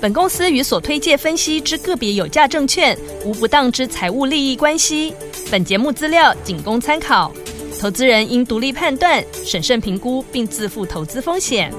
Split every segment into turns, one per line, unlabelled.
本公司与所推介分析之个别有价证券无不当之财务利益关系。本节目资料仅供参考，投资人应独立判断、审慎评估并自负投资风险。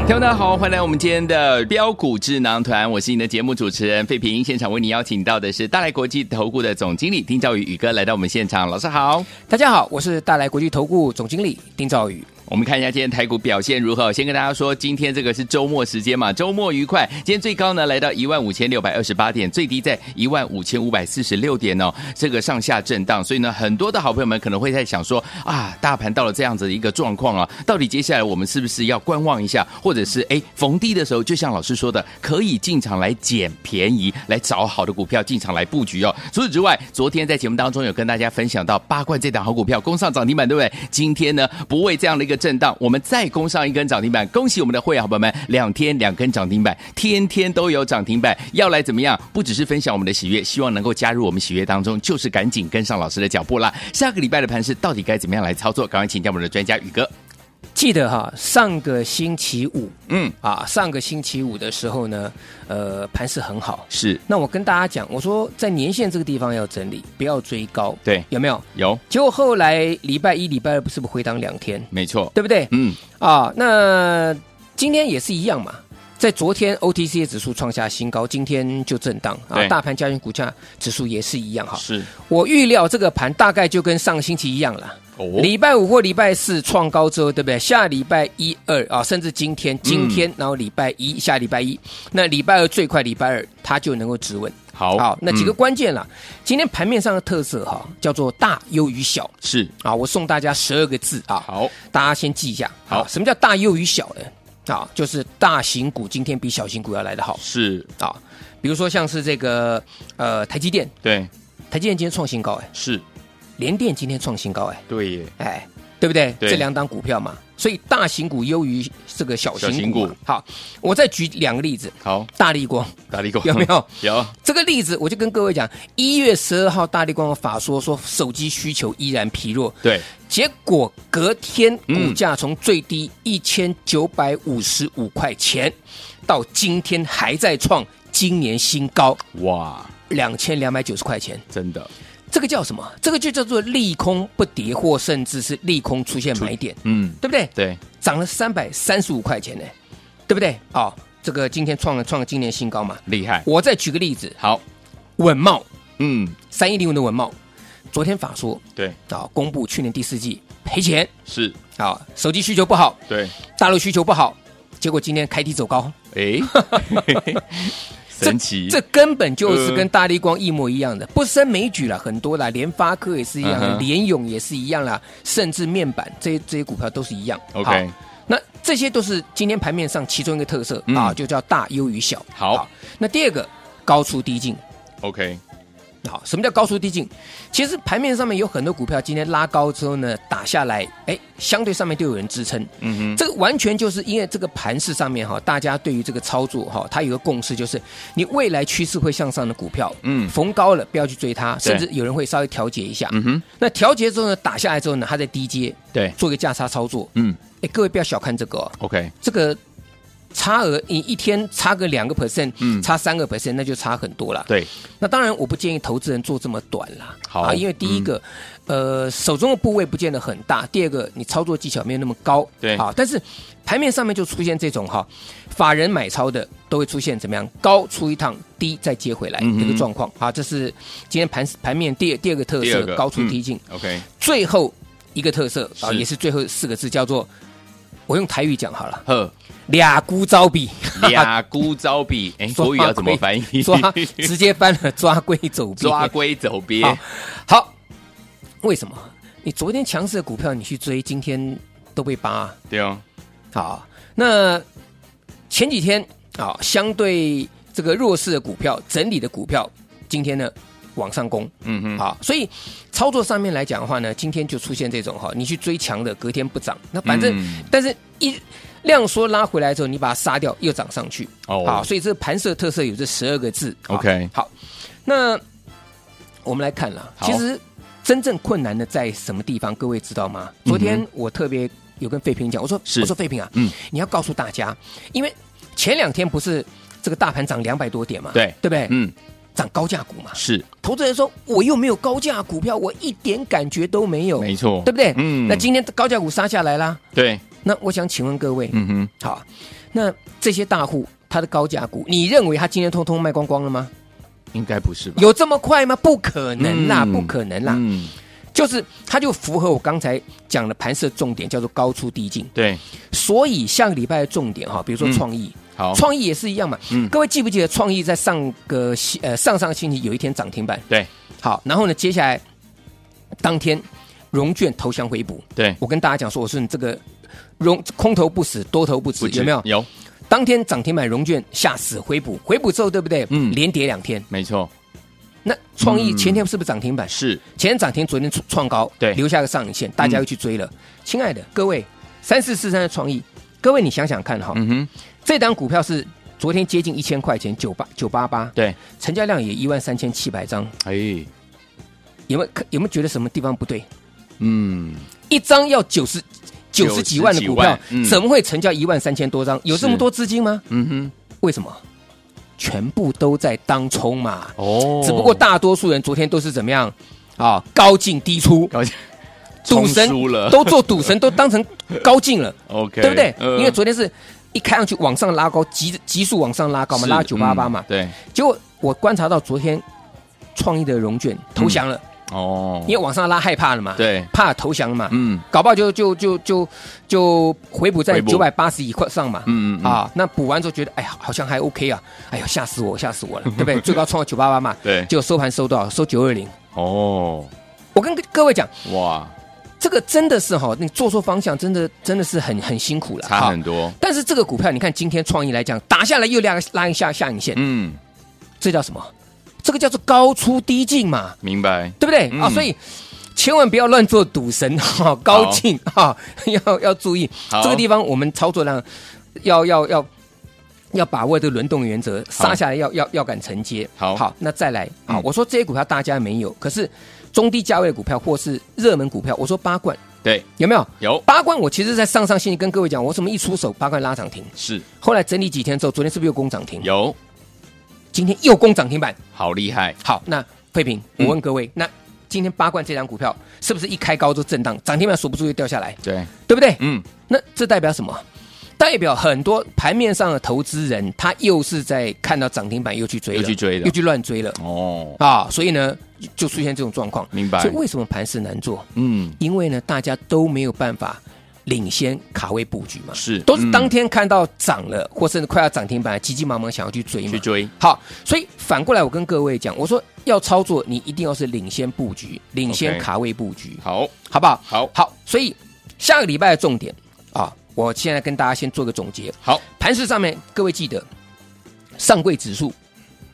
听众大家好，欢迎来我们今天的标股智囊团，我是你的节目主持人费平。现场为你邀请到的是大来国际投顾的总经理丁兆宇宇哥来到我们现场，老师好。
大家好，我是大来国际投顾总经理丁兆宇。
我们看一下今天台股表现如何。先跟大家说，今天这个是周末时间嘛，周末愉快。今天最高呢来到一万五千六百二十八点，最低在一万五千五百四十六点哦，这个上下震荡。所以呢，很多的好朋友们可能会在想说啊，大盘到了这样子的一个状况啊，到底接下来我们是不是要观望一下，或者是哎逢低的时候，就像老师说的，可以进场来捡便宜，来找好的股票进场来布局哦。除此之外，昨天在节目当中有跟大家分享到八冠这档好股票攻上涨停板，对不对？今天呢不为这样的一个。震荡，我们再攻上一根涨停板，恭喜我们的会员好朋友们，两天两根涨停板，天天都有涨停板，要来怎么样？不只是分享我们的喜悦，希望能够加入我们喜悦当中，就是赶紧跟上老师的脚步啦。下个礼拜的盘市到底该怎么样来操作？赶快请教我们的专家宇哥。
记得哈，上个星期五
嗯，
啊，上个星期五的时候呢，呃，盘势很好。
是
那我跟大家讲，我说在年线这个地方要整理，不要追高，
对
有没有？
有，
结果后来礼拜一、礼拜二不是不回档两天，
没错，
对不对？
嗯，
啊，那今天也是一样嘛。在昨天 OTC 指数创下新高，今天就震荡啊
对。
大盘加权股价指数也是一样哈。
是
我预料这个盘大概就跟上星期一样了。
哦
礼拜五或礼拜四创高之后，对不对？下礼拜一、二啊，甚至今天、今天，然后礼拜一、下礼拜一，那礼拜二最快礼拜二它就能够止稳。
好
那几个
嗯
关键啦，今天盘面上的特色哈、叫做大优于小
是
啊。我送大家十二个字啊，
好，
大家先记一下。
好
啊什么叫大优于小呢？啊，就是大型股今天比小型股要来得好
是
啊。比如说像是这个呃台积电，
对，
台积电今天创新高哎，
是
联电今天创新高哎。
对耶，
哎，对不对？
对
这两档股票嘛，所以大型股优于这个小型股嘛。
小型股
好，我再举两个例子，
好，
大力光
大力光
有没有？
有，
这个例子，我就跟各位讲，一月十二号大力光的法说说手机需求依然疲弱，
对，
结果隔天
嗯
股价从最低一千九百五十五块钱，到今天还在创今年新高
哇，
两千两百九十块钱。
真的，
这个叫什么？这个就叫做利空不跌，或甚至是利空出现买点，
嗯，
对不对？
对，
涨了三百三十五块钱呢，对不对？哦，这个今天创了创了今年新高嘛。
厉害，
我再举个例子，
好，
稳茂
嗯，
三一零五的稳茂，昨天法说
对，
啊、公布去年第四季赔钱
是，
啊、手机需求不好，
对。
大陆需求不好，结果今天开低走高，
哎，神奇，
这根本就是
呃
跟大力光一模一样的，不胜枚举了，很多啦，联发科也是一样
嗯
啦，
哼
联咏也是一样啦，甚至面板这些这些股票都是一样。
OK
好那这些都是今天盘面上其中一个特色、
嗯
啊，就叫大优于小。啊
好
那第二个高出低进。
OK，
好，什么叫高出低进？其实盘面上面有很多股票今天拉高之后呢，打下来，哎，相对上面都有人支撑。
嗯哼，
这个完全就是因为这个盘势上面哈，大家对于这个操作哈，它有个共识，就是你未来趋势会向上的股票，
嗯
逢高了不要去追它，
对
甚至有人会稍微调节一下。
嗯哼，
那调节之后呢，打下来之后呢，它在低接
对，
做个价差操作。
嗯
哎，各位不要小看这个、哦，
，OK，
这个差额你一天差个两个 percent，
嗯
差三个 percent，那就差很多了。
对，
那当然，我不建议投资人做这么短啦。
好嗯
因为第一个，呃，手中的部位不见得很大；第二个，你操作技巧没有那么高。
对
好，但是盘面上面就出现这种哈，法人买超的都会出现怎么样？高出一趟，低再接回来
嗯哼
这个状况。啊好，这是今天盘盘面第二第二个特
第二
色
个，嗯
高出低进。
，OK，
最后一个特色啊，
是
也是最后四个字，叫做我用台语讲好了，
呵，
俩孤招比，
俩孤招 比，哎，
抓
国语要怎么
龟
翻译？
抓 直接翻了，抓龟走鳖。
抓龟走鳖，
好，好，为什么？你昨天强势的股票你去追，今天都被扒、啊。
对哦，
好，那前几天啊、相对这个弱势的股票、整理的股票，今天呢往上攻。
嗯哼，
好，所以操作上面来讲的话呢，今天就出现这种哈，你去追强的，隔天不涨，那反正、
嗯
但是一量缩拉回来之后，你把它杀掉，又涨上去。
哦
好，所以这个盘色特色有这十二个字。好
OK
好，那我们来看啦，
好
其实真正困难的在什么地方？各位知道吗？
嗯哼
昨天我特别有跟费平讲，我说
是
我说费平啊，
嗯
你要告诉大家，因为前两天不是这个大盘涨两百多点嘛，
对
对不对？
嗯，
涨高价股嘛，
是
投资人说我又没有高价股票，我一点感觉都没有，
没错，
对不对？
嗯，
那今天高价股杀下来啦，
对，
那我想请问各位，
嗯哼，
好，那这些大户他的高价股，你认为他今天通通卖光光了吗？
应该不是吧？
有这么快吗？不可能啦，
嗯
不可能啦，
嗯，
就是它就符合我刚才讲的盘式重点，叫做高出低进。
对，
所以下个礼拜的重点哈，比如说
嗯
创意，
好，
创意也是一样嘛。
嗯
各位记不记得创意在上个星呃上上星期有一天涨停板？
对
好，然后呢，接下来当天融券投降回补，
对，
我跟大家讲说，我说你这个融空头不死，多头不止，
不止
有没有？
有，
当天涨停板融券吓死回补，回补之后对不对？
嗯
连跌两天。
没错，
那创意
嗯
前天是不是涨停板？
是
前天涨停，昨天创创高，
对嗯
留下个上影线，大家又去追了。亲爱的各位，三四四三的创意，各位你想想看哈、
嗯哼，
这档股票是昨天接近一千块钱，九八九八八，
对，
成交量也一万三千七百张，
哎，
有没有有没有觉得什么地方不对？
嗯，
一张要九十九十几万的股
90几
票
万，嗯
怎么会成交一万三千多张？有这么多资金吗？
嗯哼，
为什么？全部都在当冲嘛。
哦
只不过大多数人昨天都是怎么样啊？高进低出，
搞清
赌神
冲输了
都做赌神，都当成高进 了，
，OK，
对不对？
呃
因为昨天是一开上去往上拉高，急急速往上拉高嘛，
是
拉九八八嘛
嗯。对，
结果我观察到昨天创意的融券投降了，
哦，
因为往上拉害怕了嘛，，
对，
怕投降了嘛，
嗯
搞不好就就就就就回补在
回补
九百八十以块上嘛。
嗯嗯，
啊，那补完之后觉得，哎呀，好像还 OK 啊，哎呦，吓死我，吓死我了，对不对？最高冲到九八八嘛，
对，
就收盘收多少？收九二零。
哦，
我跟各位讲，
哇，
这个真的是哈，你做错方向，真的真的是很很辛苦了。
差
哈
很多，
但是这个股票，你看今天创意来讲，打下来又拉拉一下下影线，
嗯，
这叫什么？这个叫做高出低进嘛，
明白，
对不对
嗯
啊？所以千万不要乱做赌神哈，高进哈， 要要注意
好
这个地方，我们操作量要要要要把握这个轮动原则，
好
杀下来要要要敢承接。
好
好，那再来啊
嗯，
我说这些股票大家没有，可是中低价位的股票或是热门股票，我说八冠
对，
有没有？
有
八冠，我其实在上上星期跟各位讲，我怎么一出手八冠拉涨停，
是
后来整理几天之后，昨天是不是又攻涨停？
有，
今天又攻涨停板。
好厉害，
好，那废平，
嗯
我问各位，那今天八冠这张股票是不是一开高就震荡，涨停板锁不住就掉下来，
对，
对不对？
嗯，
那这代表什么？代表很多盘面上的投资人，他又是在看到涨停板又去追了，
又去追了
又去乱追了
哦，
啊！所以呢，就出现这种状况。
明白
所以为什么盘势难做？
嗯，
因为呢，大家都没有办法领先卡位布局嘛，
是
都是
嗯
当天看到涨了，或甚至快要涨停板，急急忙忙想要去追嘛。
去追，
好，所以反过来我跟各位讲，我说要操作，你一定要是领先布局，领先
OK
卡位布局
好，
好不好？
好，
好，所以下个礼拜的重点啊，我现在跟大家先做个总结。
好，
盘市上面，各位记得，上柜指数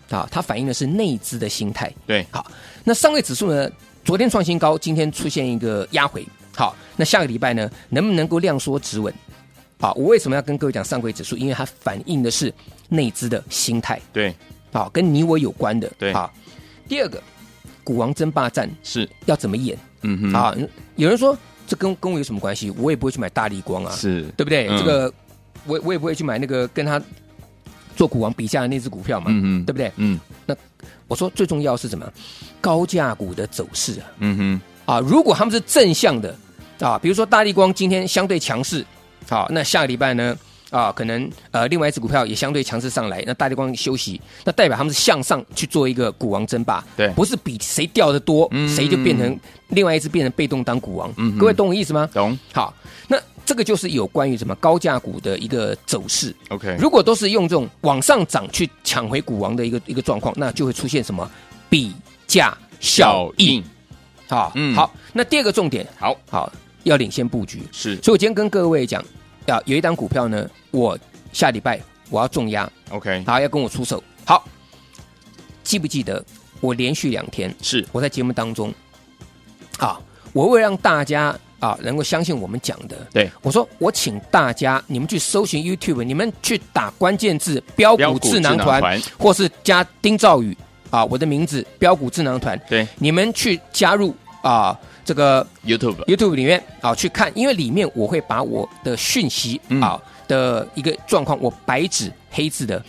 啊，它反映的是内资的心态。
对，
好，那上柜指数呢，昨天创新高，今天出现一个压回。好，那下个礼拜呢，能不能够量缩止稳？好，我为什么要跟各位讲上柜指数？因为它反映的是内资的心态，
对，
好，跟你我有关的。
对
好，第二个，股王争霸战
是，
要怎么演？
嗯哼，
啊，有人说这跟跟我有什么关系？我也不会去买大力光啊，
是，
对不对？
嗯
这个我我也不会去买那个跟他做股王比价的那只股票嘛，
嗯嗯，
对不对？
嗯
我说最重要是什么？高价股的走势啊
嗯哼，
啊！如果他们是正向的啊，比如说大力光今天相对强势，好，那下个礼拜呢？啊，可能呃，另外一只股票也相对强势上来，那大力光休息，那代表他们是向上去做一个股王争霸，
对
不是比谁掉的多，
嗯
谁就变成另外一只变成被动当股王，
嗯哼
各位懂我意思吗？
懂
好，那这个就是有关于什么高价股的一个走势。
，OK，
如果都是用这种往上涨去抢回股王的一个一个状况，那就会出现什么比价效应。好，
嗯
啊好，那第二个重点，
好，
好，要领先布局。
是
所以我今天跟各位讲，啊，有一档股票呢，我下礼拜我要重压，
，OK，
然后要跟我出手。好，记不记得我连续两天
是
我在节目当中啊，我为了让大家啊能够相信我们讲的，
对，
我说我请大家你们去搜寻 YouTube，你们去打关键字“标
标
股
股
哦智囊
智囊
团”
团
或是加丁兆宇啊，我的名字“标股智囊团”，
对
你们去加入啊这个
YouTube
YouTube 里面啊去看，因为里面我会把我的讯息
嗯
啊的一个状况，我白纸黑字的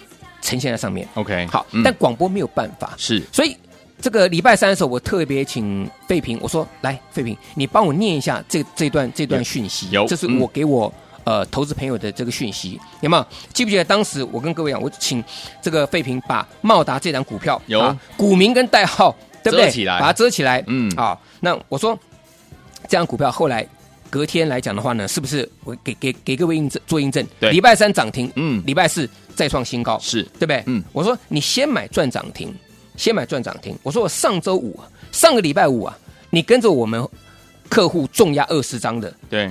呈现在上面。
OK
好
嗯，
但广播没有办法，
是
所以这个礼拜三的时候，我特别请费平，我说来，费平，你帮我念一下这这段这段讯息，
有
这是
嗯
我给我。呃，投资朋友的这个讯息有没有？记不记得当时我跟各位讲，我请这个费平把茂达这档股票
有
啊股名跟代号，对不对？
遮起来
把它遮起来。
嗯
啊，那我说这张股票后来隔天来讲的话呢，是不是我给给给各位印证做印证？
对
礼拜三涨停，
嗯
礼拜四再创新高，
是
对不对？
嗯
嗯，我说你先买赚涨停，先买赚涨停。我说我上周五、啊，上个礼拜五啊，你跟着我们客户重压二十张的，
对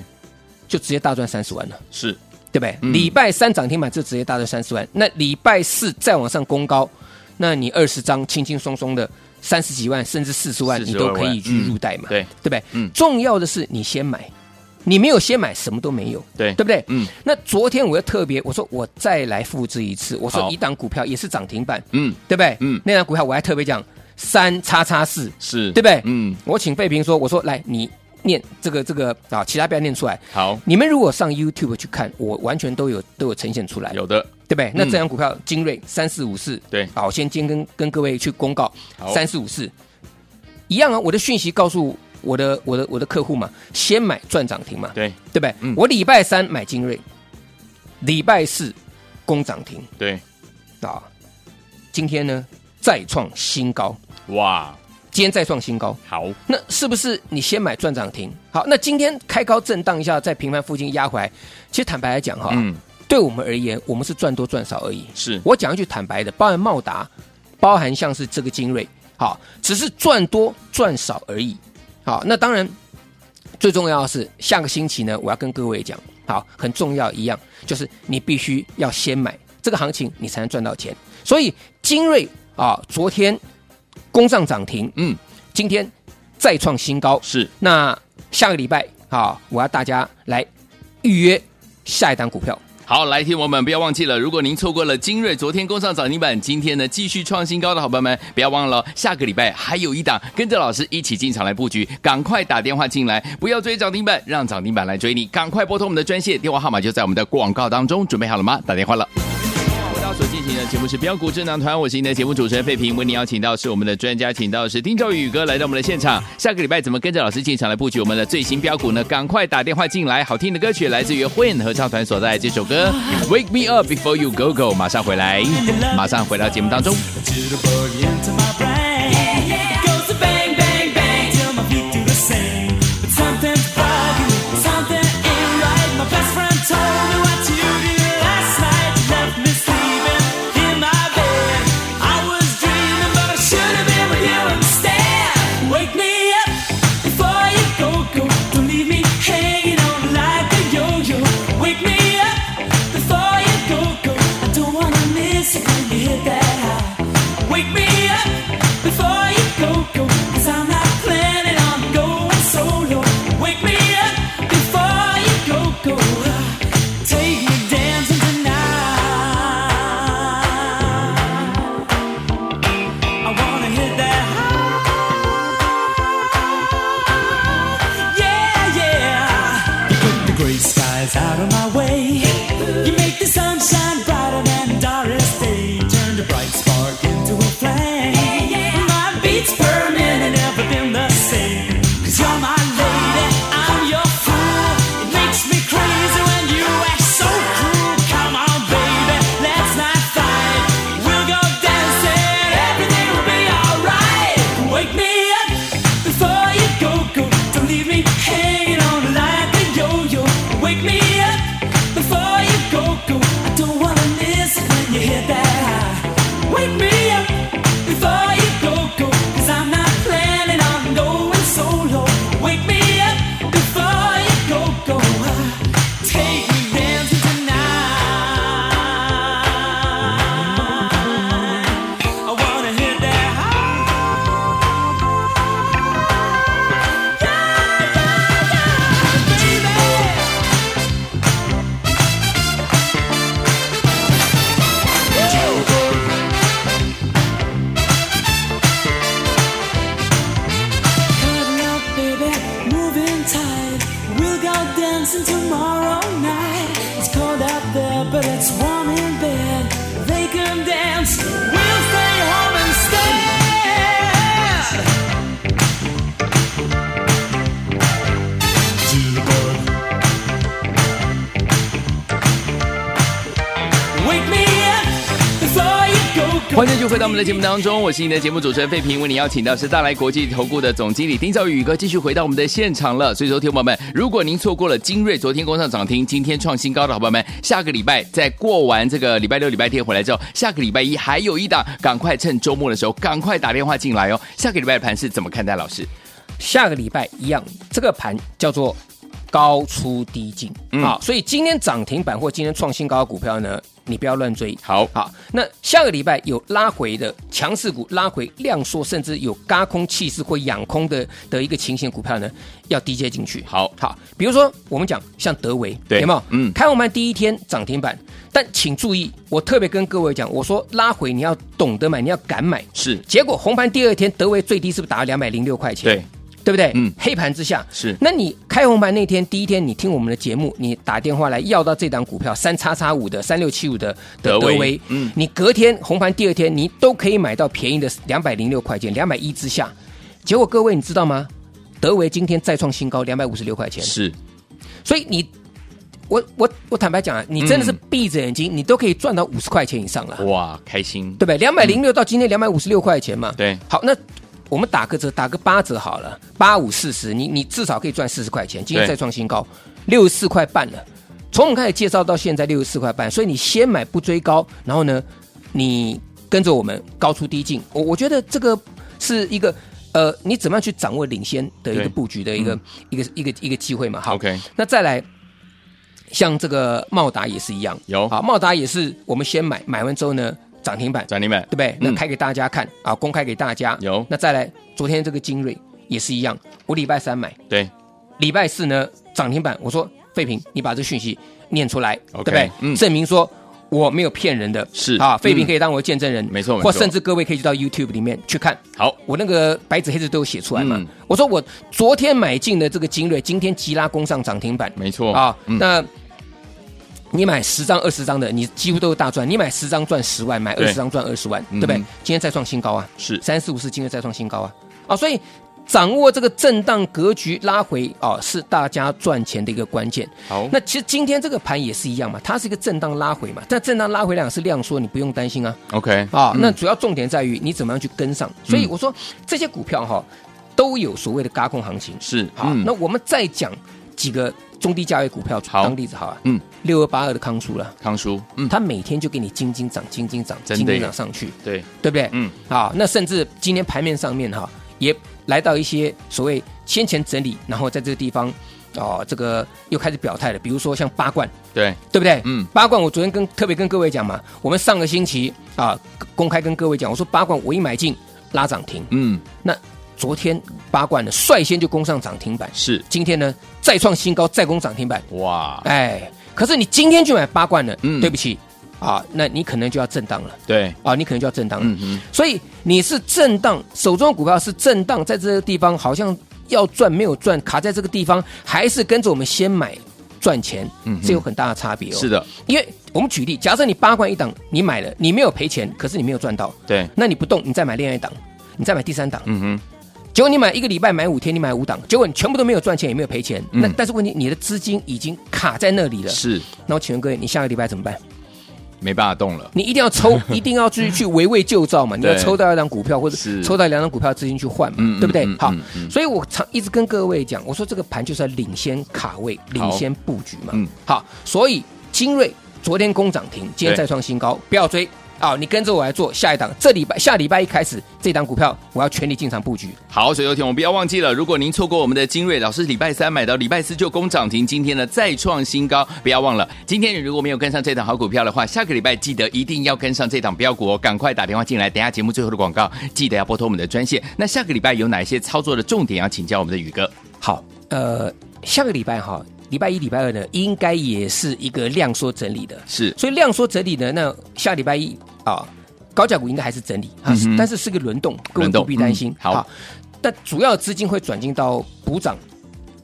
就直接大赚三十万了，
是
对不对？
嗯
礼拜三涨停板就直接大赚三十万，那礼拜四再往上攻高，那你二十张轻轻松松的三十几万甚至四十万，
40
你都可
万
以去
嗯
入袋嘛，
对
对不对？
嗯
重要的是你先买，你没有先买，什么都没有。
对
对不对？
嗯
那昨天我又特别，我说我再来复制一次，我说
好
一档股票也是涨停板，
嗯
对不对？
嗯
那档股票我还特别讲三叉叉四，
是
对不对
嗯
我请费平说，我说来你念这个这个啊，其他不要念出来。
好
你们如果上 YouTube 去看，我完全都有都有呈现出来，
有的
对不对？那
嗯
这张股票精锐三四五四，
对
好，我先今天跟跟各位去公告
好
三四五四一样啊，我的讯息告诉我的我的我的客户嘛，先买赚涨停嘛，
对
对不对？
嗯
我礼拜三买精锐，礼拜四攻涨停
对
啊，今天呢再创新高，
哇
今天再创新高，
好
那是不是你先买赚涨停？好，那今天开高震荡一下，在平盘附近压回来，其实坦白来讲哈，
嗯
对我们而言，我们是赚多赚少而已。
是
我讲一句坦白的，包含茂达，包含像是这个精锐，好，只是赚多赚少而已。好，那当然最重要的是下个星期呢，我要跟各位讲，好，很重要一样就是你必须要先买这个行情，你才能赚到钱。所以精锐啊，昨天攻上涨停，
嗯
今天再创新高。
是
那下个礼拜啊，我要大家来预约下一档股票。
好，来，听友们不要忘记了，如果您错过了精锐昨天攻上涨停板，今天呢继续创新高的好朋友们，不要忘了哦，下个礼拜还有一档，跟着老师一起进场来布局，赶快打电话进来，不要追涨停板，让涨停板来追你，赶快拨通我们的专线，电话号码就在我们的广告当中，准备好了吗？打电话了。回到所进行的节目是标股智囊团，我是您的节目主持人费平，为您邀请到是我们的专家，请到是丁兆宇宇哥来到我们的现场。下个礼拜怎么跟着老师进场来布局我们的最新标股呢？赶快打电话进来，好听的歌曲来自于混合唱团所带来这首歌《Wake Me Up Before You Go Go》，马上回来，马上回到节目当中。
to the boogie into my brain. Goes to bang, bang, bang till my feet do the same. But something's bugging, me, something ain't right. My best friend told me what you did last night. You left me sleeping in my bed. I was dreaming, but I should have been with you instead. Wake me up before you go, go. Don't leave me hanging on like a yo-yo. Wake me up before you go, go. I don't wanna miss it when you hit that high. Wake me up before you go, go. Cause I'm not planning on going solo. Wake me up before you go, go. Take me dancing tonight. I wanna hit that high. yeah, yeah. You put the gray skies out of my way. You make the sunshine brighter than Doris Day. Turned a bright spark into a flame. My beats per minute never been the same. Cause you're my lady, I'm your fool. It makes me crazy when you act so cruel. Come on, baby, let's not fight. We'll go dancing, everything will be alright. Wake me up before you go, go. Don't leave me hanging on like a yo-yo. Wake me up before you go, go. I don't wanna miss it when you hit that high. Wake me up before you go, go. Cause I'm not planning on going solo. Wake me up before you go, go. Take me dancing tonight.
欢迎就回到我们的节目当中，我是你的节目主持人费平，为你邀请到是大来国际投顾的总经理丁兆宇宇哥，继续回到我们的现场了。所以，说，听众朋友们，如果您错过了精锐昨天攻上涨停，今天创新高的好朋友们，下个礼拜在过完这个礼拜六、礼拜天回来之后，下个礼拜一还有一档，赶快趁周末的时候赶快打电话进来哦。下个礼拜的盘是怎么看待？老师，
下个礼拜一样，这个盘叫做高出低进
嗯
啊，所以今天涨停板或今天创新高的股票呢，你不要乱追。
好
好，那下个礼拜有拉回的强势股，拉回量缩，甚至有嘎空气势或养空的的一个情形，股票呢要低接进去。
好
好，比如说我们讲像德维，
对
有没有？
嗯
嗯，开红盘第一天涨停板，但请注意，我特别跟各位讲，我说拉回你要懂得买，你要敢买。
是
结果红盘第二天，德维最低是不是打了两百零六块钱？
对，
对不对？
嗯
黑盘之下
是
那你开红盘那天，第一天你听我们的节目，你打电话来要到这档股票三叉叉五的三六七五的
德
的
威
德威，
嗯
嗯，你隔天红盘第二天，你都可以买到便宜的两百零六块钱，两百一之下。结果各位你知道吗？德维今天再创新高，两百五十六块钱。
是，
所以你，我我我坦白讲啊，你真的是
嗯
闭着眼睛，你都可以赚到五十块钱以上了。
哇，开心，
对不对？两百零六到今天两百五十六块钱嘛。
对
好，那我们打个折，打个八折好了，八五四十，你你至少可以赚四十块钱。今天
对
再创新高，六十四块半了。从我们开始介绍到现在六十四块半，所以你先买不追高，然后呢，你跟着我们高出低进。我我觉得这个是一个。呃，你怎么样去掌握领先的一
对嗯
个布局的一个、一个一个一个机会嘛？好
OK
那再来，像这个茂达也是一样，
有
好，茂达也是我们先买，买完之后呢，涨停板，
涨停板
对不对？那
嗯
开给大家看、啊，公开给大家。
有
那再来，昨天这个精锐也是一样，我礼拜三买，
对，
礼拜四呢涨停板，我说废品，你把这讯息念出来
OK，
对不对？
嗯
证明说。我没有骗人的，
是
啊，废
嗯
品可以当我见证人，
没错没错
或甚至各位可以去到 YouTube 里面去看，
好，
我那个白纸黑字都有写出来嘛。
嗯
我说我昨天买进的这个精锐，今天急拉攻上涨停板，
没错
啊。
嗯
那你买十张、二十张的，你几乎都是大赚。你买十张赚十万，买二
对
十张赚二十万，
嗯
对不对？今天再创新高啊，
是
三四五四，今天再创新高啊啊！所以掌握这个震荡格局拉回啊，是大家赚钱的一个关键。
好，
那其实今天这个盘也是一样嘛，它是一个震荡拉回嘛，但震荡拉回量是量缩，你不用担心啊。
OK
啊，
嗯
那主要重点在于你怎么样去跟上。所以我说这些股票哈，都有所谓的嘎空行情。
是
好，
嗯
那我们再讲几个中低价位股票
好
当例子好啊，
嗯，
六二八二的康舒了，
康叔，嗯，
它每天就给你斤斤涨，斤斤涨，
真
斤
的耶
斤涨上去，
对，
对不对？
嗯，
好，那甚至今天盘面上面哈，也来到一些所谓先前整理，然后在这个地方哦，这个又开始表态了，比如说像八冠。
对，
对不对？
嗯
八冠我昨天跟特别跟各位讲嘛，我们上个星期啊公开跟各位讲，我说八冠我一买进拉涨停，
嗯，
那昨天八冠呢率先就攻上涨停板，
是，
今天呢再创新高，再攻涨停板，
哇，
哎，可是你今天去买八冠呢，
嗯
对不起啊，那你可能就要震荡了
对，
啊，你可能就要震荡了。
嗯哼，
所以你是震荡，手中的股票是震荡，在这个地方好像要赚没有赚，卡在这个地方，还是跟着我们先买赚钱，
嗯哼
这有很大的差别哦。
是的，
因为我们举例，假设你八冠一档，你买了，你没有赔钱，可是你没有赚到，
对，
那你不动，你再买另外一档，你再买第三档，
嗯哼，
结果你买一个礼拜买五天，你买五档，结果你全部都没有赚钱，也没有赔钱，
嗯
那但是问题你的资金已经卡在那里了。
是
那我请问各位，你下个礼拜怎么办？
没办法动了，
你一定要抽， 一定要去去围魏救赵嘛，你要
对
抽到一档股票或者
是
抽到两档股票资金去换嘛，
嗯嗯
对不对？
嗯
好
嗯，嗯
所以我常一直跟各位讲，我说这个盘就是要领先卡位，领先布局嘛。
嗯
好，所以精锐昨天攻涨停，今
对
天再创新高，不要追。啊、你跟着我来做下一档，这礼拜下礼拜一开始，这档股票我要全力进场布局。
好，所以有听我们不要忘记了，如果您错过我们的精锐老师礼拜三买到，礼拜四就攻涨停，今天呢再创新高，不要忘了，今天你如果没有跟上这档好股票的话，下个礼拜记得一定要跟上这档标股哦，赶快打电话进来，等一下节目最后的广告记得要拨通我们的专线。那下个礼拜有哪一些操作的重点要请教我们的宇哥？
好，呃，下个礼拜哈，礼拜一、礼拜二呢，应该也是一个量缩整理的，
是
所以量缩整理呢，那下礼拜一啊，高价股应该还是整理啊，
嗯哼
但是是个轮动，各位
轮动
不必担心
嗯。好
但主要资金会转进到补涨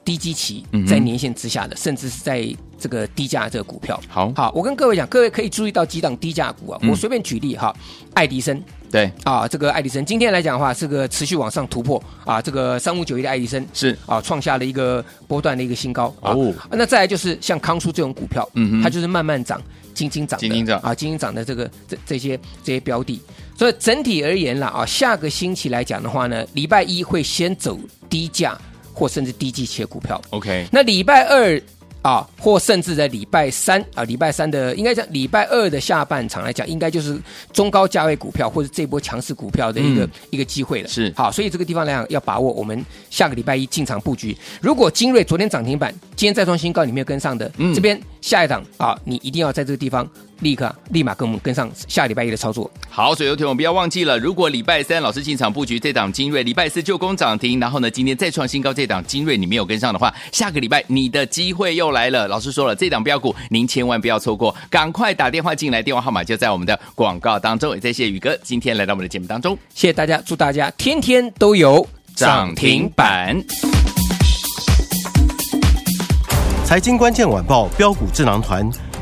低基期
嗯哼，
在年线之下的，甚至是在这个低价这个股票。
好
好，我跟各位讲，各位可以注意到几档低价股啊，
哦嗯
我随便举例哈，爱迪生。
对，
啊，这个爱迪生今天来讲的话，这个持续往上突破啊，这个三五九一的爱迪生
是
啊，创下了一个波段的一个新高啊
哦
那再来就是像康舒这种股票，
嗯哼
它就是慢慢涨、轻轻涨的、
轻轻涨
啊、轻轻涨的这个这这些这些标的。所以整体而言啦，啊，下个星期来讲的话呢，礼拜一会先走低价或甚至低基期的股票。
OK，
那礼拜二啊，或甚至在礼拜三啊，礼拜三的应该讲礼拜二的下半场来讲，应该就是中高价位股票或者这波强势股票的一个、
嗯
一个机会了。
是
好，所以这个地方来讲要把握，我们下个礼拜一进场布局。如果精锐昨天涨停板，今天再创新高，你没有跟上的，
嗯
这边下一档啊，你一定要在这个地方立刻立马跟我们跟上下礼拜一的操作。
好，所以有听我们不要忘记了，如果礼拜三老师进场布局这档精锐，礼拜四就攻涨停，然后呢今天再创新高这档精锐你没有跟上的话，下个礼拜你的机会又来了。老师说了，这档标股您千万不要错过，赶快打电话进来，电话号码就在我们的广告当中。也谢谢宇哥今天来到我们的节目当中，
谢谢大家，祝大家天天都有
涨停板。
财经关键晚报标股智囊团